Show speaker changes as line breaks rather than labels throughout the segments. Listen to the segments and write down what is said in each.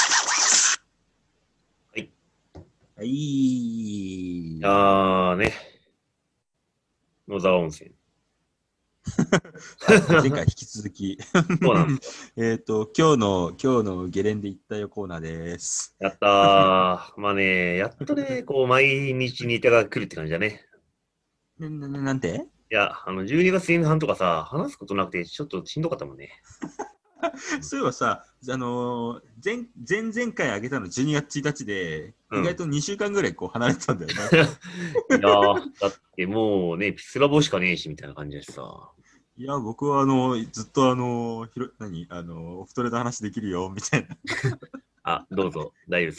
はい。
はい。
あーね。野沢温泉。
前回引き続き、
そうなんですよ。
えっと、今日の、今日のゲレンデ行ったよコーナーです。
やっ たー。まあね、やっとね、こう、毎日似たが来るって感じだね。
な、な、ななんて
いや、あの、12月前半とかさ、話すことなくて、ちょっとしんどかったも んね。
そういえばさ、あのー、前、前々回あげたの12月1日で、
うん
意外と2週間ぐらいこう離れてたんだよ ね。
いやー、だってもうね、ピスラボしかねえし、みたいな感じだしさ。
いや、僕はあのー、ずっとあのー、ひろ、何、あのー、オフトレの話できるよ、みたいな。
あ、どうぞ、大丈夫で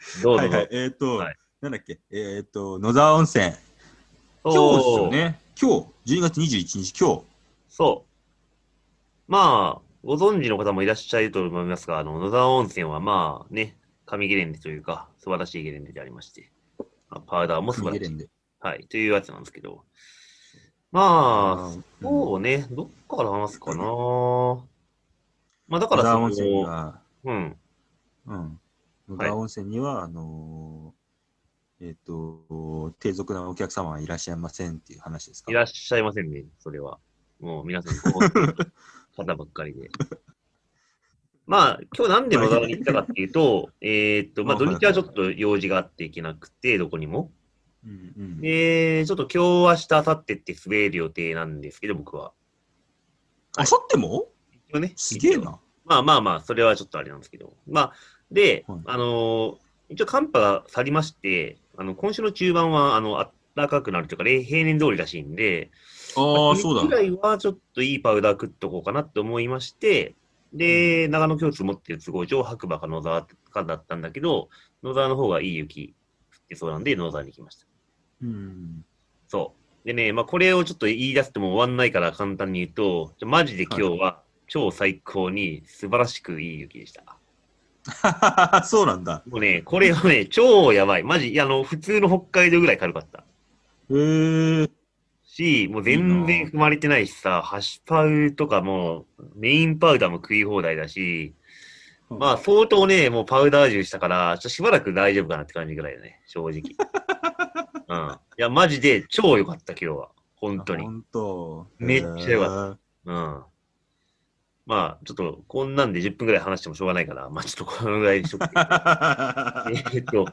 す。 どうぞ。
はいはい。えっ、と、
はい
なんだっけ、えっ、と、野沢温泉。
そ
今
う
日ですよね。今日、12月21日、今日。
そう。まあ、ご存知の方もいらっしゃると思いますが、あの、野沢温泉はまあね、神ゲレンデというか、素晴らしいゲレンデでありまして、まあパウダーも素晴
ゲレ
らしい。
ンデ。
はい、というやつなんですけど。まあ、
ーうん
そうね、どっから話すかな。まあ、だから
野沢
そ
温泉に
の、
は、
うん、
うん。野
はい
沢温泉には、あのーえっ、と、低俗なお客様はいらっしゃいませんっていう話ですか
いらっしゃいませんね、それは。もう皆さん、こう方ばっかりで。 まあ、今日なんで野沢に行ったかっていうと、えーっと、まあ、土日はちょっと用事があって行けなくて、どこにも。
うんうん。
で、ちょっと今日、明日、明後日って滑る予定なんですけど、僕は。
あさっても
一応ね
すげえ。な。
まあまあまあ、それはちょっとあれなんですけど。まあ、で、
はい
あのー一応寒波が去りまして、あの、今週の中盤は、あの、暖かくなるというか、例平年通りらしいんで、
ああ、
冬
そう
ぐら
だ。
いはちょっといいパウダー食っとこうかなって思いまして、で、長野共通持ってる都合上、白馬か野沢かだったんだけど、野沢の方がいい雪降ってそうなんで、野沢に来ました。
うん。
そう。でね、まあ、これをちょっと言い出しても終わんないから簡単に言うと、じゃマジで今日は超最高に素晴らしくいい雪でした。
そうなんだ。
もうね、これはね、超やばい。マジ、いやあの、普通の北海道ぐらい軽かった。
へえ。
し、もう全
いい
然
な
踏まれてないしさ、ハッシュパウとかも、メインパウダーも食い放題だし、まあ相当ね、もうパウダー重したから、ちょっとしばらく大丈夫かなって感じぐらいだね、正 直。うん。いや、マジで超良かった、今日は。本当に。
本当。
めっちゃよか
っ。
うん。まあ、ちょっと、こんなんで10分ぐらい話してもしょうがないから、まあ、ちょっとこのぐらいにしとく
た
えっと、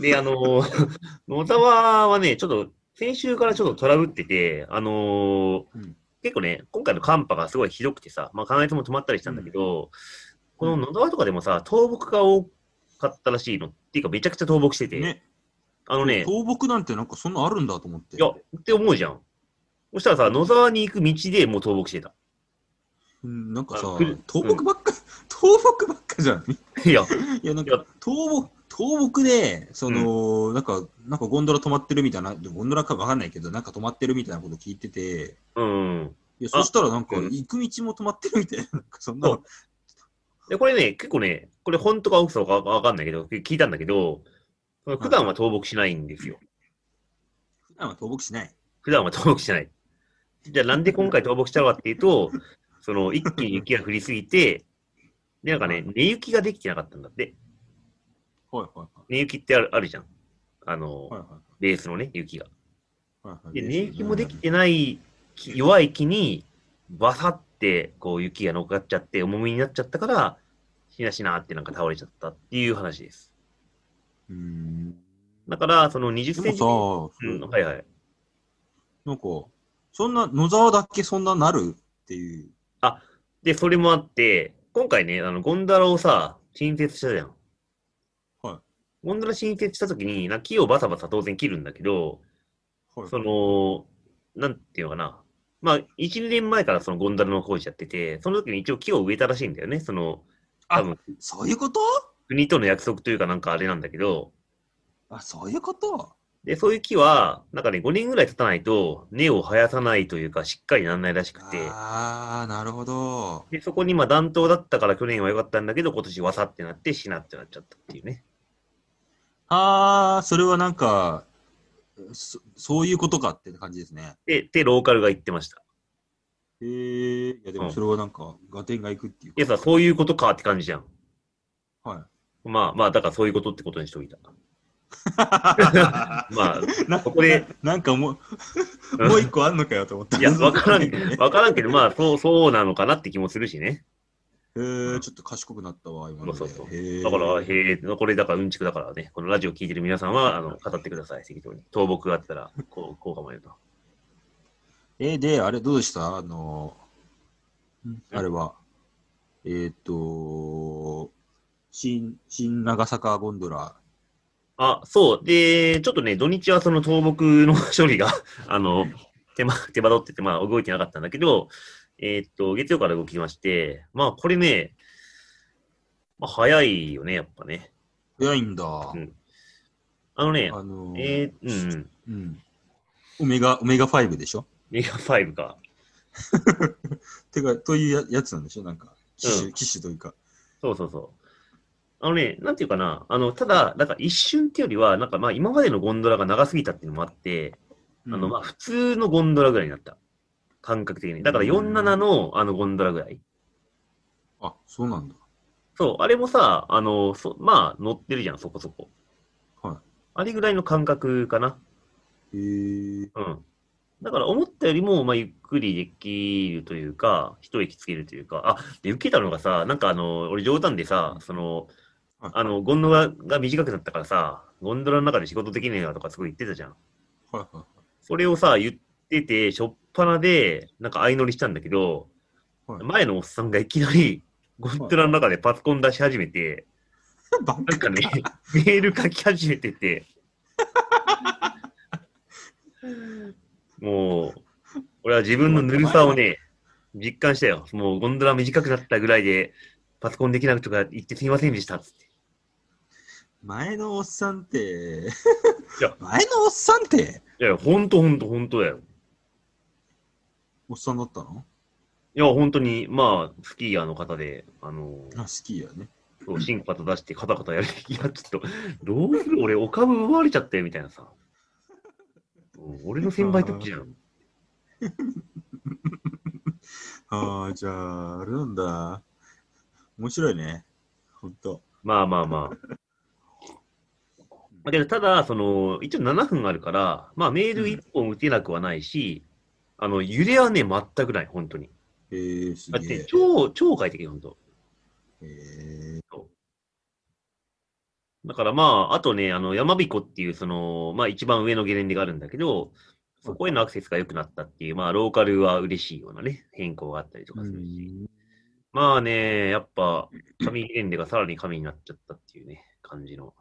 で、あのー 野沢はね、ちょっと、先週からちょっとトラブってて、あのー
うん
結構ね、今回の寒波がすごいひどくてさ、まあ、関越も止まったりしたんだけど、この野沢とかでもさ、倒木が多かったらしいの。っていうか、めちゃくちゃ倒木してて、
ね。
あのね、
倒木なんてなんかそんなあるんだと思って。
いや、って思うじゃん。そしたらさ、野沢に行く道でもう倒木してた。
うんなんかさ、
あ来る
倒木ばっか、倒木ばっかじゃん。
いや、
いや、なん
いや
か、倒木、倒木で、その、なんか、なんかゴンドラ止まってるみたいな、でもゴンドラかわかんないけど、なんか止まってるみたいなこと聞いてて、
うん。
いや、そしたらなんか、
うん
行く道も止まってるみたいな、なんかそんなの。
で、これね、結構ね、これ本当か嘘かわかんないけど、聞いたんだけど、普段は倒木しないんですよ。
普段は倒木しない。
普段は倒木しない。じゃあなんで今回倒木したのかっていうと、その一気に雪が降りすぎて、で、なんかね、寝雪ができてなかったんだって。
はいはいはい。
寝雪ってあるあるじゃん。あの、
はい
ベースのね、雪が。
はいはい。
で、寝雪もできてない、き弱い木に、バサって、こう雪が乗っかっちゃって、重みになっちゃったから、しなしなってなんか倒れちゃったっていう話です。
うーん。
だから、その20セ
で
ンチ。
もさ、
うん、はいはい。
なんか、そんな、野沢だけそんななるっていう。
で、それもあって、今回ね、あの、ゴンダラをさ、新設したじゃん。
は
ゴンダラ新設したときに、な木をバサバサ当然切るんだけど、
はい。
その、なんていうのかな。まあ、1、2年前からそのゴンダラの工事やってて、その時に一応木を植えたらしいんだよね。その、
あ
多分、
そういうこと
国との約束というかなんかあれなんだけど、
あ、そういうこと
で、そういう木は、なんかね、5年ぐらい経たないと、根を生やさないというか、しっかりならないらしくて。
あー、なるほど。
で、そこにまあ暖冬だったから去年は良かったんだけど、今年わさってなってしなってなっちゃったっていうね。
あー、それはなんか、そそういうことかって感じですね。
で、でローカルが言ってました。
へえ、いや、でもそれはなんか、合点がいくっていう
い
か。
やさ、そういうことかって感じじゃん。
はい。
まあまあ、だからそういうことってことにしておいた。 まあ、
な
ここで、
なんかもう、もう一個あんのかよと思った。
いや、わからん
けどね。、
わからんけど、まあ、そう、そうなのかなって気もするしね。
へーちょっと賢くなったわ、今ので。
そうそうそう
へー
だから、へえ、これだからうんちくだからね、このラジオ聞いてる皆さんは、あの、語ってください、適当に。倒木があったら、こう、こうかもよと。
えーで、あれ、どうでしたあの、あれは、えーっ、と、新、新長坂ゴンドラ。
あ、そう。で、ちょっとね、土日はその倒木の処理が、 あの、手間、手間取ってて、まあ、動いてなかったんだけど、えーっと、月曜から動きまして、まあ、これね、まあ、早いよね、やっぱね。
早いんだ。
うんあのね、
あの
えー、うんうん。
うん。オメガ、オメガ5でしょ
メガ5か。
てか、というややつなんでしょなんか、機種、
うん
機種というか。
そうそうそう。あのね、なんていうかな、あの、ただ、なんか一瞬ってよりは、なんかまあ、今までのゴンドラが長すぎたっていうのもあって、あの、まあ、普通のゴンドラぐらいになった。感覚的に。だから47の、あの、ゴンドラぐらい。
あ、そうなんだ。
そう、あれもさ、あの、そまあ、乗ってるじゃん、そこそこ。
はい
あれぐらいの感覚かな。
へえ。
うん。だから、思ったよりも、まあ、ゆっくりできるというか、一息つけるというか、あ、で、受けたのがさ、なんかあの、俺冗談でさ、その、
はい
あの、ゴンドラが短くなったからさ、ゴンドラの中で仕事できねえなとかすごい言ってたじゃん。
はい は
それをさ、言ってて、しょっぱなで、なんか相乗りしたんだけど、
いはい。
前のおっさんがいきなり、ゴンドラの中でパソコン出し始めて、
バッ
なんかね、メール書き始めてて、もう、俺は自分のぬるさをね、実感したよ。もうゴンドラ短くなったぐらいで、パソコンできなくとか言ってすみませんでしたっつって。
前のおっさんって
や、
前のおっさんって、
いやいや、ほんとほんとほんとだよ。
おっさんだったの
いや、本当に、まあ、スキーヤーの方で、あの、
あ、好きやね。
そうシンクパッド出してカタカタやる。いや、ちょっと、どうする俺、お株奪われちゃったよ、みたいなさ。うん俺の先輩たちじゃん。
ああ、じゃあ、あれなんだ。面白いね。ほんと。
まあまあまあ。だけど、ただ、その、一応7分あるから、まあメール1本打てなくはないし、あの、揺れはね、全くない、本当に。
えー、す
だっ
げ
て、
え。
超、超快適よ、本当。
えー、
だからまあ、あとね、あの、山彦っていう、その、まあ一番上のゲレンデがあるんだけど、そこへのアクセスが良くなったっていう、まあローカルは嬉しいようなね、変更があったりとかするし。まあね、やっぱ、神ゲレンデがさらに神になっちゃったっていうね、感じの。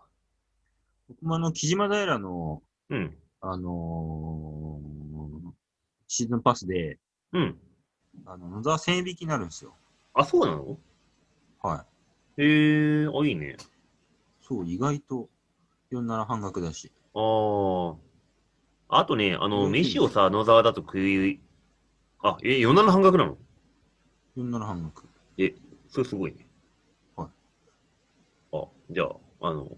僕もあの、木島平の、
うん、
あのー、シーズンパスで、
うん。
あの、野沢千円引きになるんですよ。
あ、そうなの
は
へえ、あ、いいね。
い。そう、意外と、47半額だし。
ああ。あとね、あの、
うん
飯をさ、野沢だと食い、あ、え、夜なの半額なの
47半額。
それすごいね。。
はい
あ、じゃあ、あの、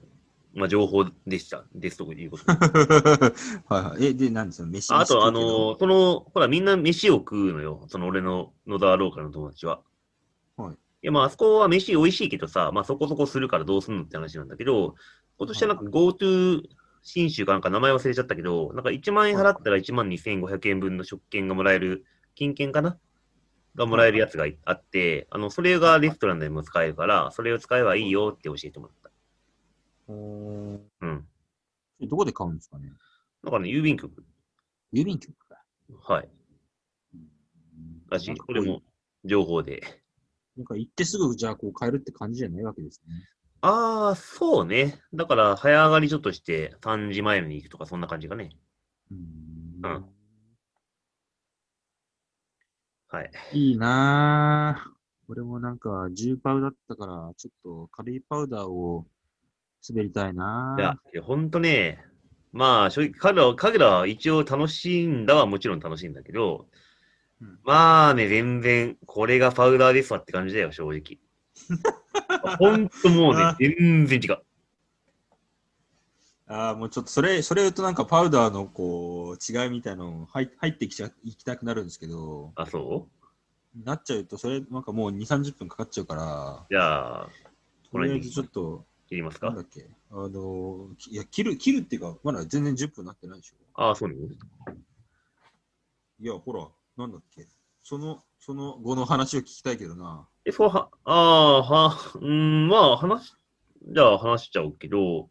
まあ、情報でした、ですということ。
はいはい。え、で、なんですよ、飯
ああと、あ、
飯食う
の、その、ほら、みんな飯を食うのよ。その、俺の野沢廊下の友達は。
はい。
や、まあ、あそこは飯美味しいけどさ、まあ、そこそこするからどうすんのって話なんだけど、今年はなんか GoTo 新州かなんか名前忘れちゃったけど、なんか1万円払ったら1万2500円分の食券がもらえる、金券かながもらえるやつがいあって、あの、それがレストランでも使えるから、それを使えばいいよって教えてもらっ
けどおー
た。うん。
えどこで買うんですかね
だからね、郵便局。
郵便局か。
はい。だし、
なんか
これも情報で。
なんか行ってすぐ、じゃあこう変えるって感じじゃないわけですね。
ああ、そうね。だから、早上がりちょっとして、3時前に行くとか、そんな感じかね。
う
うんん。はい。
いいなぁ。俺もなんか、重パウだったから、ちょっと軽いパウダーを滑りたいないぁ
や、いやほんとね、まあ、正直、彼らは、彼らは一応楽しんだはもちろん楽しいんだけど、
うん
まあね、全然、これがパウダーですわって感じだよ、正直。ほんともうね
あ、
全然違う。
ああ、もうちょっとそれ、それ言うとなんかパウダーのこう、違いみたいなの入入ってきちゃ、いきたくなるんですけど、
あ、そ
なっちゃうと、それ、なんかもう2、30分かかっちゃうから、
じゃあ、
とりあえずちょっと、
切ります
なん
か
だっけ、あのー、きいや、切る、切るっていうか、まだ全然10分なってないでしょ。
ああ、そうなの
いや、ほら、なんだっけ、その、その後の話を聞きたいけど な。
え、そうは、ああ、は、うーん、まあ、話、じゃあ話しちゃうけど、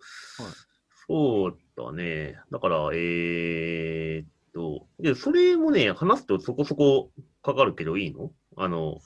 そうだね。だから、えーっと、で、それもね、話すとそこそこかかるけどいいのあの、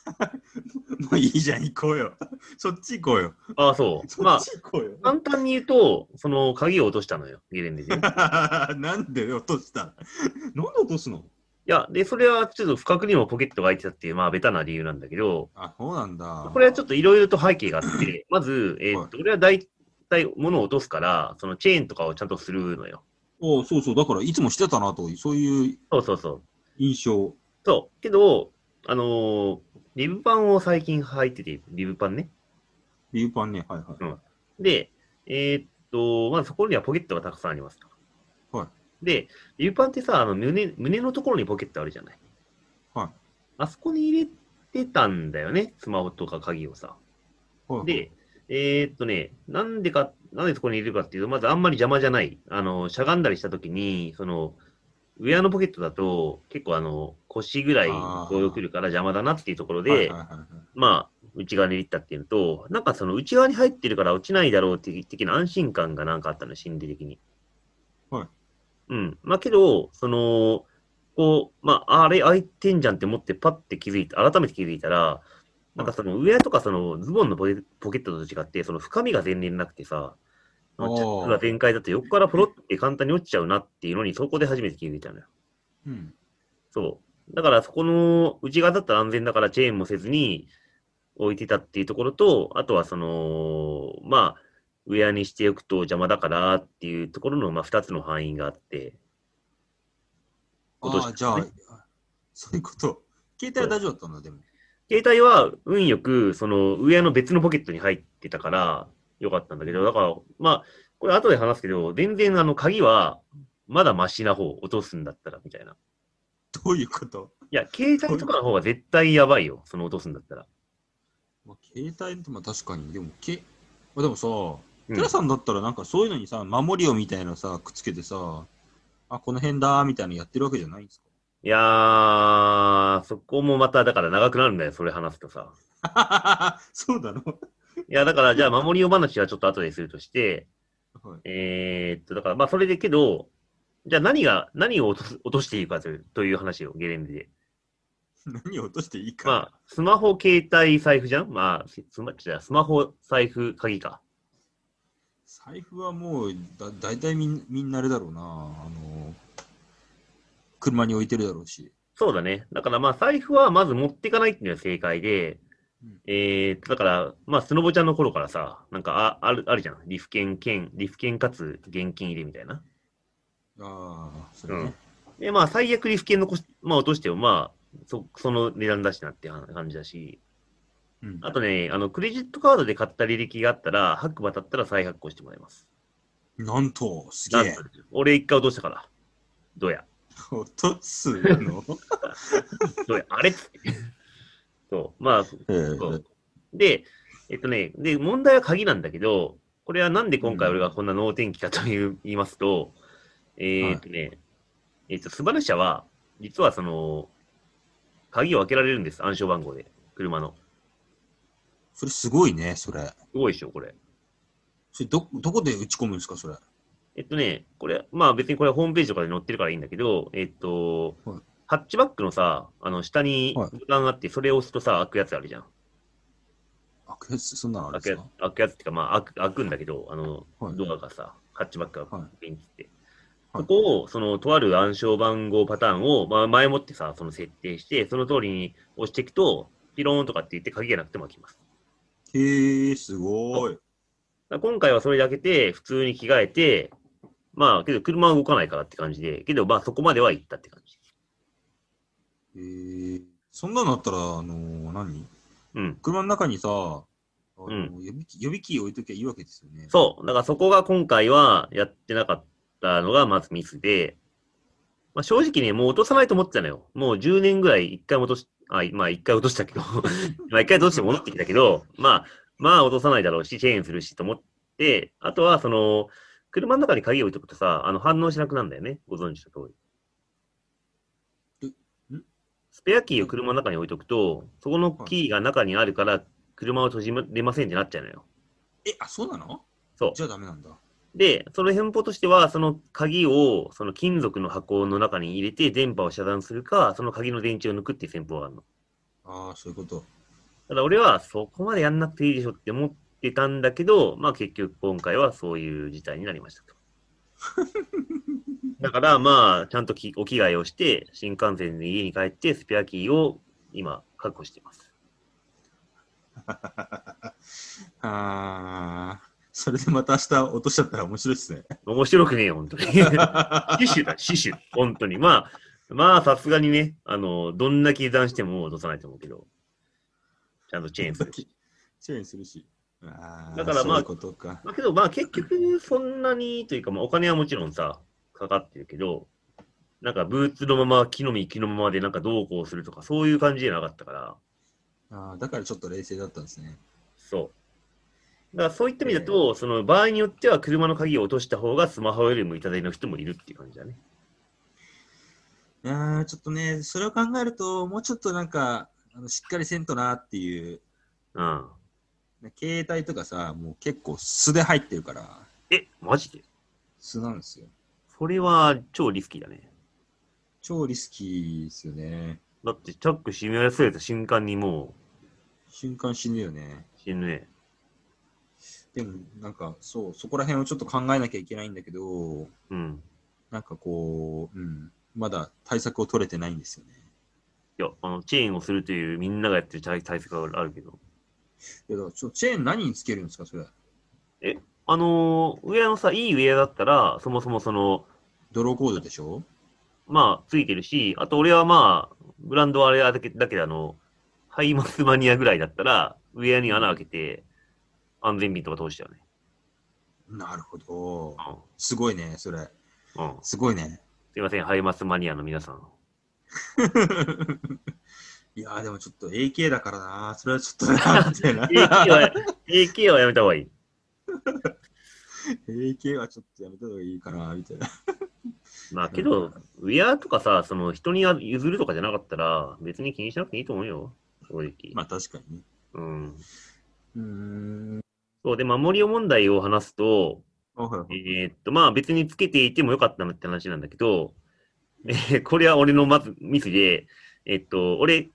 もういいじゃん、行こうよ。 そっち行こうよ。
ああ、そ う。
そ
まあ
っ、ち行こうよ。
簡単に言うと、その、鍵を落としたのよ、ゲレン デで。い
なんで落とした なんで落とすの
や、で、それはちょっと不覚にもポケットが開いてたっていう、まあ、ベタな理由なんだけど、
あ、そうなんだ。
これはちょ
っ
っといろいろと背景があって、まず、えーっと、俺は大体物を落とすから、そのチェーンとかをちゃんとするのよ。
と。おそうそう、だからいつもしてたなと、そういう
そうそうそう。
印象。
そう。けど、あのーリブパンを最近履いてて、リブパンね。
ビューパンね、はいはい。
で、えーっと、まあ、そこにはポケットがたくさんありますと。。
はい
で、リュパンってさ、あの胸、胸のところにポケットあるじゃない。
はい。
あそこに入れてたんだよね、スマホとか鍵をさ。
はい、
で、えーっとね、なんでか、なんでそこに入れるかっていうと、まずあんまり邪魔じゃない。あの、しゃがんだりしたときに、その、ウェアのポケットだと、結構あの、腰ぐらいの動揺くるから邪魔だなっていうところで、
はいはいはいはい、
まあ、内側に入ったっていうのと、なんかその内側に入ってるから落ちないだろうっていう的な安心感がなんかあったの、心理的に。
はい。
うん。まあけど、その、こう、まあ、あれ開いてんじゃんって思ってパッて気づいた、改めて気づいたら、なんかそのウェアとかそのズボンのポケポケットと違って、その深みが全然なくてさ、チャ
おー
ックが全開だと横からポロって簡単に落ちちゃうなっていうのに、そこで初めて気づいたのよ。
うん。
そう。だからそこの内側だったら安全だからチェーンもせずに置いてたっていうところと、あとはその、まあ、ウェアにしておくと邪魔だからっていうところの、まあ、2つの範囲があって、落とし
ああ、じゃあ、そういうこと。携帯は大丈夫だったんだ、でも。
携帯は運よく、その、ウェアの別のポケットに入ってたから、よかったんだけど、だから、まあ、これ後で話すけど、全然あの、鍵は、まだマシな方、落とすんだったら、みたいな。
どういうこと、
いや、携帯とかの方が絶対やばいよ、その落とすんだったら。
まあ、携帯って、まあ確かに、でも、けまあ、でもさ、
うん
テラさんだったらなんかそういうのにさ、守りをみたいなのさ、くっつけてさ、あ、この辺だーみたいなのやってるわけじゃないんです
いやー、そこもまた、だから長くなるんだよ、それ話すとさ。
か そうだろ
いや、だから、じゃあ、守りを話はちょっと後でするとして、
はい
えー、っと、だから、まあ、それでけど、じゃあ何が、何を落とす落としていいかというという話を、ゲレンデで。
何を落としていいか。
まあ、スマホ、携帯、財布じゃんまあ、ススマじゃあスマホ、財布、鍵か。
財布はもうだ、大体みんみんなあれだろうな、あの車に置いてるだろうし。
そうだね。だから、まあ、財布はまず持っていかないっていうのが正解で、
うん
えーっと、だから、まあ、スノボちゃんの頃からさ、なんかあ、ある、あるじゃん。リフ券、券、リフ券かつ現金入れみたいな。
ああ、それね。
で、まあ、最悪リフ券残し、まあ、落としても、まあ、そ、その値段だしなって感じだし、
うん
あとね、あの、クレジットカードで買った履歴があったら、白馬だったら再発行してもらいます。
なんと、すげ
なん
え
と。ですよ俺一回落としたから。どうや。
落とすの
どうや。あれっつって そう。まあ、 そ
ええ
う。で、えっとね、で、問題は鍵なんだけど、これはなんで今回俺がこんな能天気かという、言いますと、えーっとね、えっと、スバル社は、実はその、鍵を開けられるんです、暗証番号で、車の。
それすごいね、それ。
すごいでしょ、これ。
それど、どこで打ち込むんですか、それ。
えっとね、これ、まあ別にこれホームページとかで載ってるからいいんだけど、えっと、
はい
ハッチバックのさ、あの、下に
はい
ボタンがあって、それを押すとさ、開くやつあるじゃん。
あ、くやつ、そんなのある
開
んで
くや
すか
開くやつっていうか、まあ開く、開くんだけど、あの、
はい
ドアがさ、ハッチバックが
は
ピンチって。
はい
そこを、その、とある暗証番号パターンを、まあ前もってさ、その設定して、その通りに押していくと、ピローンとかって言って鍵がなくても開きます。
へえ、すごい。
だから今回はそれだけで、普通に着替えて、まあ、けど車は動かないからって感じで、けどまあそこまでは行ったって感じ。
へえ。そんなのあったら、あの何
うん。
車の中にさ、あの
うん
予備機予備機置いときゃいいわけですよね。
そう。だからそこが今回はやってなかったのがまずミスで、まあ、正直ね、もう落とさないと思ってたのよ。もう10年ぐらい一回も落としあいまあ、一回落としたけど、 まあ、一回落として戻ってきたけど、まあ、まあ、落とさないだろうし、チェーンするしと思って、あとは、その、車の中に鍵置いとくとさ、あの、反応しなくなるんだよね。ご存知の通り
えん。
スペアキーを車の中に置いとくと、そこのキーが中にあるから、車を閉じれませんってなっちゃうのよ。
え、あ、そうなの
そう
じゃあダメなんだ。
で、その変法としては、その鍵をその金属の箱の中に入れて電波を遮断するか、その鍵の電池を抜くっていう戦法があるの。
ああ、そういうこと。
ただ俺はそこまでやんなくていいでしょって思ってたんだけど、まあ結局今回はそういう事態になりましたと。だからまあ、ちゃんときお着替えをして、新幹線で家に帰って、スペアキーを今確保しています。
ああ、それでまた明日落としちゃったら面白いですね。
面白くねえよ、本当に。死守だ、死守。本当に。まあ、まあ、さすがにね、あの、どんな計算しても落とさないと思うけど、ちゃんとチェーンするし。
チェーンするし。ああ、
だから
そ
まあ
ういうことか。
まあ、けど、まあ、結局、そんなにというか、まあ、お金はもちろんさ、かかってるけど、なんか、ブーツのまま、木の実、木のままで、なんか、どうこうするとか、そういう感じじゃなかったから、
ああ、だからちょっと冷静だったんですね。
そう。だから、そういった意味だと、その、場合によっては、車の鍵を落とした方が、スマホよりも痛手の人もいるっていう感じだね。
いやーちょっとね、それを考えると、もうちょっとなんか、あのしっかりせんとなっていう、
うん。
携帯とかさ、もう結構素で入ってるから、
え、マジで
素なんですよ。
それは、超リスキーだね。
超リスキーですよね。
だって、チャック閉め忘れた瞬間にも
瞬間死ぬよね。
う死ぬね。
でも、なんか、そう、そこら辺をちょっと考えなきゃいけないんだけど、
うん。
なんかこう、うん、まだ対策を取れてないんですよね。
いや、あの、チェーンをするというみんながやってる対対策があるけど。
いやだからちょチェーン何につけるんですか、それ。
あのー、ウェアのさ、いいウェアだったら、そもそもその、
ドローコードでしょ
まあ、ついてるし、あと俺はまあ、ブランドはあれだけだけで、あの、ハイマスマニアぐらいだったら、ウェアに穴開けて、安全ピンとか通しちゃうね。
なるほど。
う
すごいね、それ。
ん。うん。
すごいね。
すいません、ハイマスマニアの皆さん。
いやーでもちょっと AK だからなそれはちょっとなみたいな。
AK は、AK はやめた方がいい。
AK はちょっとやめた方がいいかなみたいな。
まあけど、ウェアとかさ、その人に譲るとかじゃなかったら、別に気にしなくていいと思うよ、正直。
まあ確かにね。
う
う
ん。
ーん。
そう、で、守りを問題を話すと、
あはいはい
えーっと、まあ別につけていてもよかったなって話なんだけど、えーこれは俺のまずミスで、えっと、俺、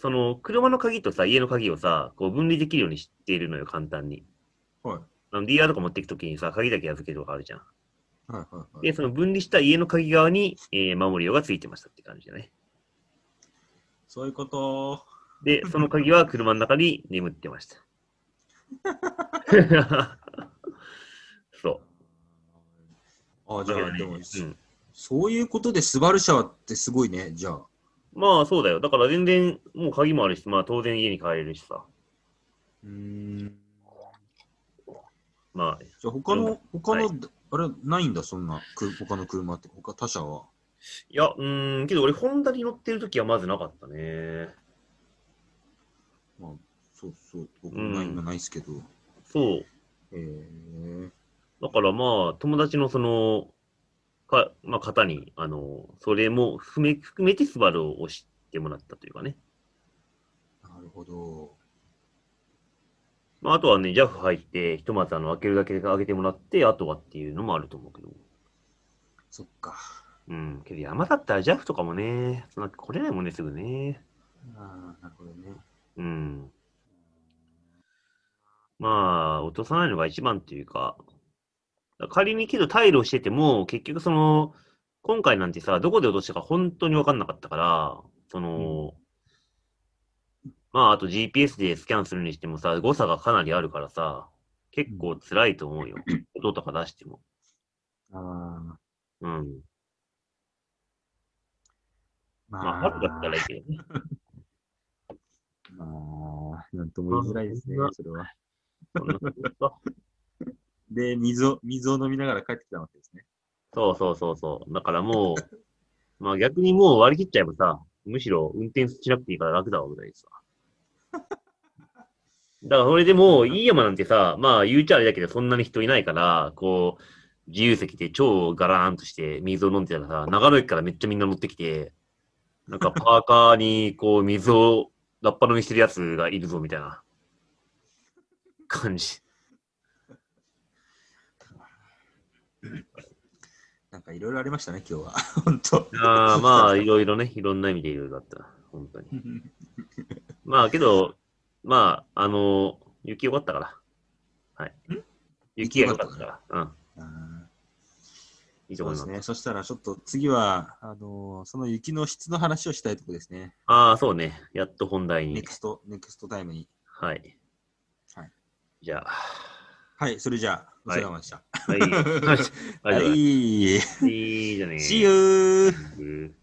その、車の鍵とさ、家の鍵をさ、こう分離できるようにしているのよ、簡単に。
はい
あの DR とか持っていくときにさ、鍵だけ預けるとかあるじゃん。
はいはいはい
で、。その分離した家の鍵側に、えー守りようがついてましたって感じだね。
そういうこと。
で、その鍵は車の中に眠ってま した。そ
あ
う。
じゃ
だけど
あ、
ね
でも、
うん、
そういうことでスバル社ってすごいね、じゃあ。
まあそうだよ。だから全然、もう鍵もあるし、まあ当然家に帰れるしさ。
うーん。
まあ、
じゃあ他
う
の、他の、
は
あれ、ないんだ、そんな、く他の車って、他他社は。
いや、うーん、けど俺、ホンダに乗ってる時はまずなかったね。
まあ、そうそう、僕もない
うん
今ないですけど。
そう。
えー、
だからまあ、友達のその、か、まあ、方に、あの、それも含め、含めてスバルを押してもらったというかね。
なるほど。
まあ、あとはね、JAF 入って、ひとまずあの、開けるだけ開けてもらって、あとはっていうのもあると思うけど。
そっか。
うん、けど山だったら JAF とかもね、そんな来れないもんね、すぐね。
ああ、なるほどね。
うん。まあ、落とさないのが一番というか、仮にけど退路してても、結局その、今回なんてさ、どこで落としたか本当に分かんなかったから、その、まあ、あと GPS でスキャンするにしてもさ、誤差がかなりあるからさ、結構辛いと思うよ。音とか出しても。
ああ、
うん。
ま
まあ、春だったらいいけどね。
まあ、なんとも言いづらいですね
まあ、
それは。
そんな感じか
で、水を、水を飲みながら帰ってきたわけですね。
そうそうそうそう。だからもう、まあ逆にもう割り切っちゃえばさ、むしろ運転しなくていいから楽だわぐらいですわ。だからそれでも、いい山なんてさ、まあ言うちゃあれだけど、そんなに人いないから、こう、自由席で超ガラーンとして水を飲んでたらさ、長野駅からめっちゃみんな乗ってきて、なんかパーカーにこう水をラッパ飲みしてるやつがいるぞみたいな感じ。
なんかいろいろありましたね、今日は。 本 当。
ああ、まあ、いろいろね、いろんな意味でいろいろだった。本当に。まあ、けど、まあ、あの、雪良かったから。はい。雪が良かったから。うん。
あ
いい
そ
と
う
思
で
いますす。
ね。そしたらちょっと次は、あのーその雪の質の話をしたいとこですね。
ああ、そうね。やっと本題
ネ
に
ク。スト、ネクストタイムに。
はい。
はい。
じゃあ、
はい、それじゃあ、お
は
疲
い
れ様で した。
はい。はい。
はい、
いいじゃね
See you!
え。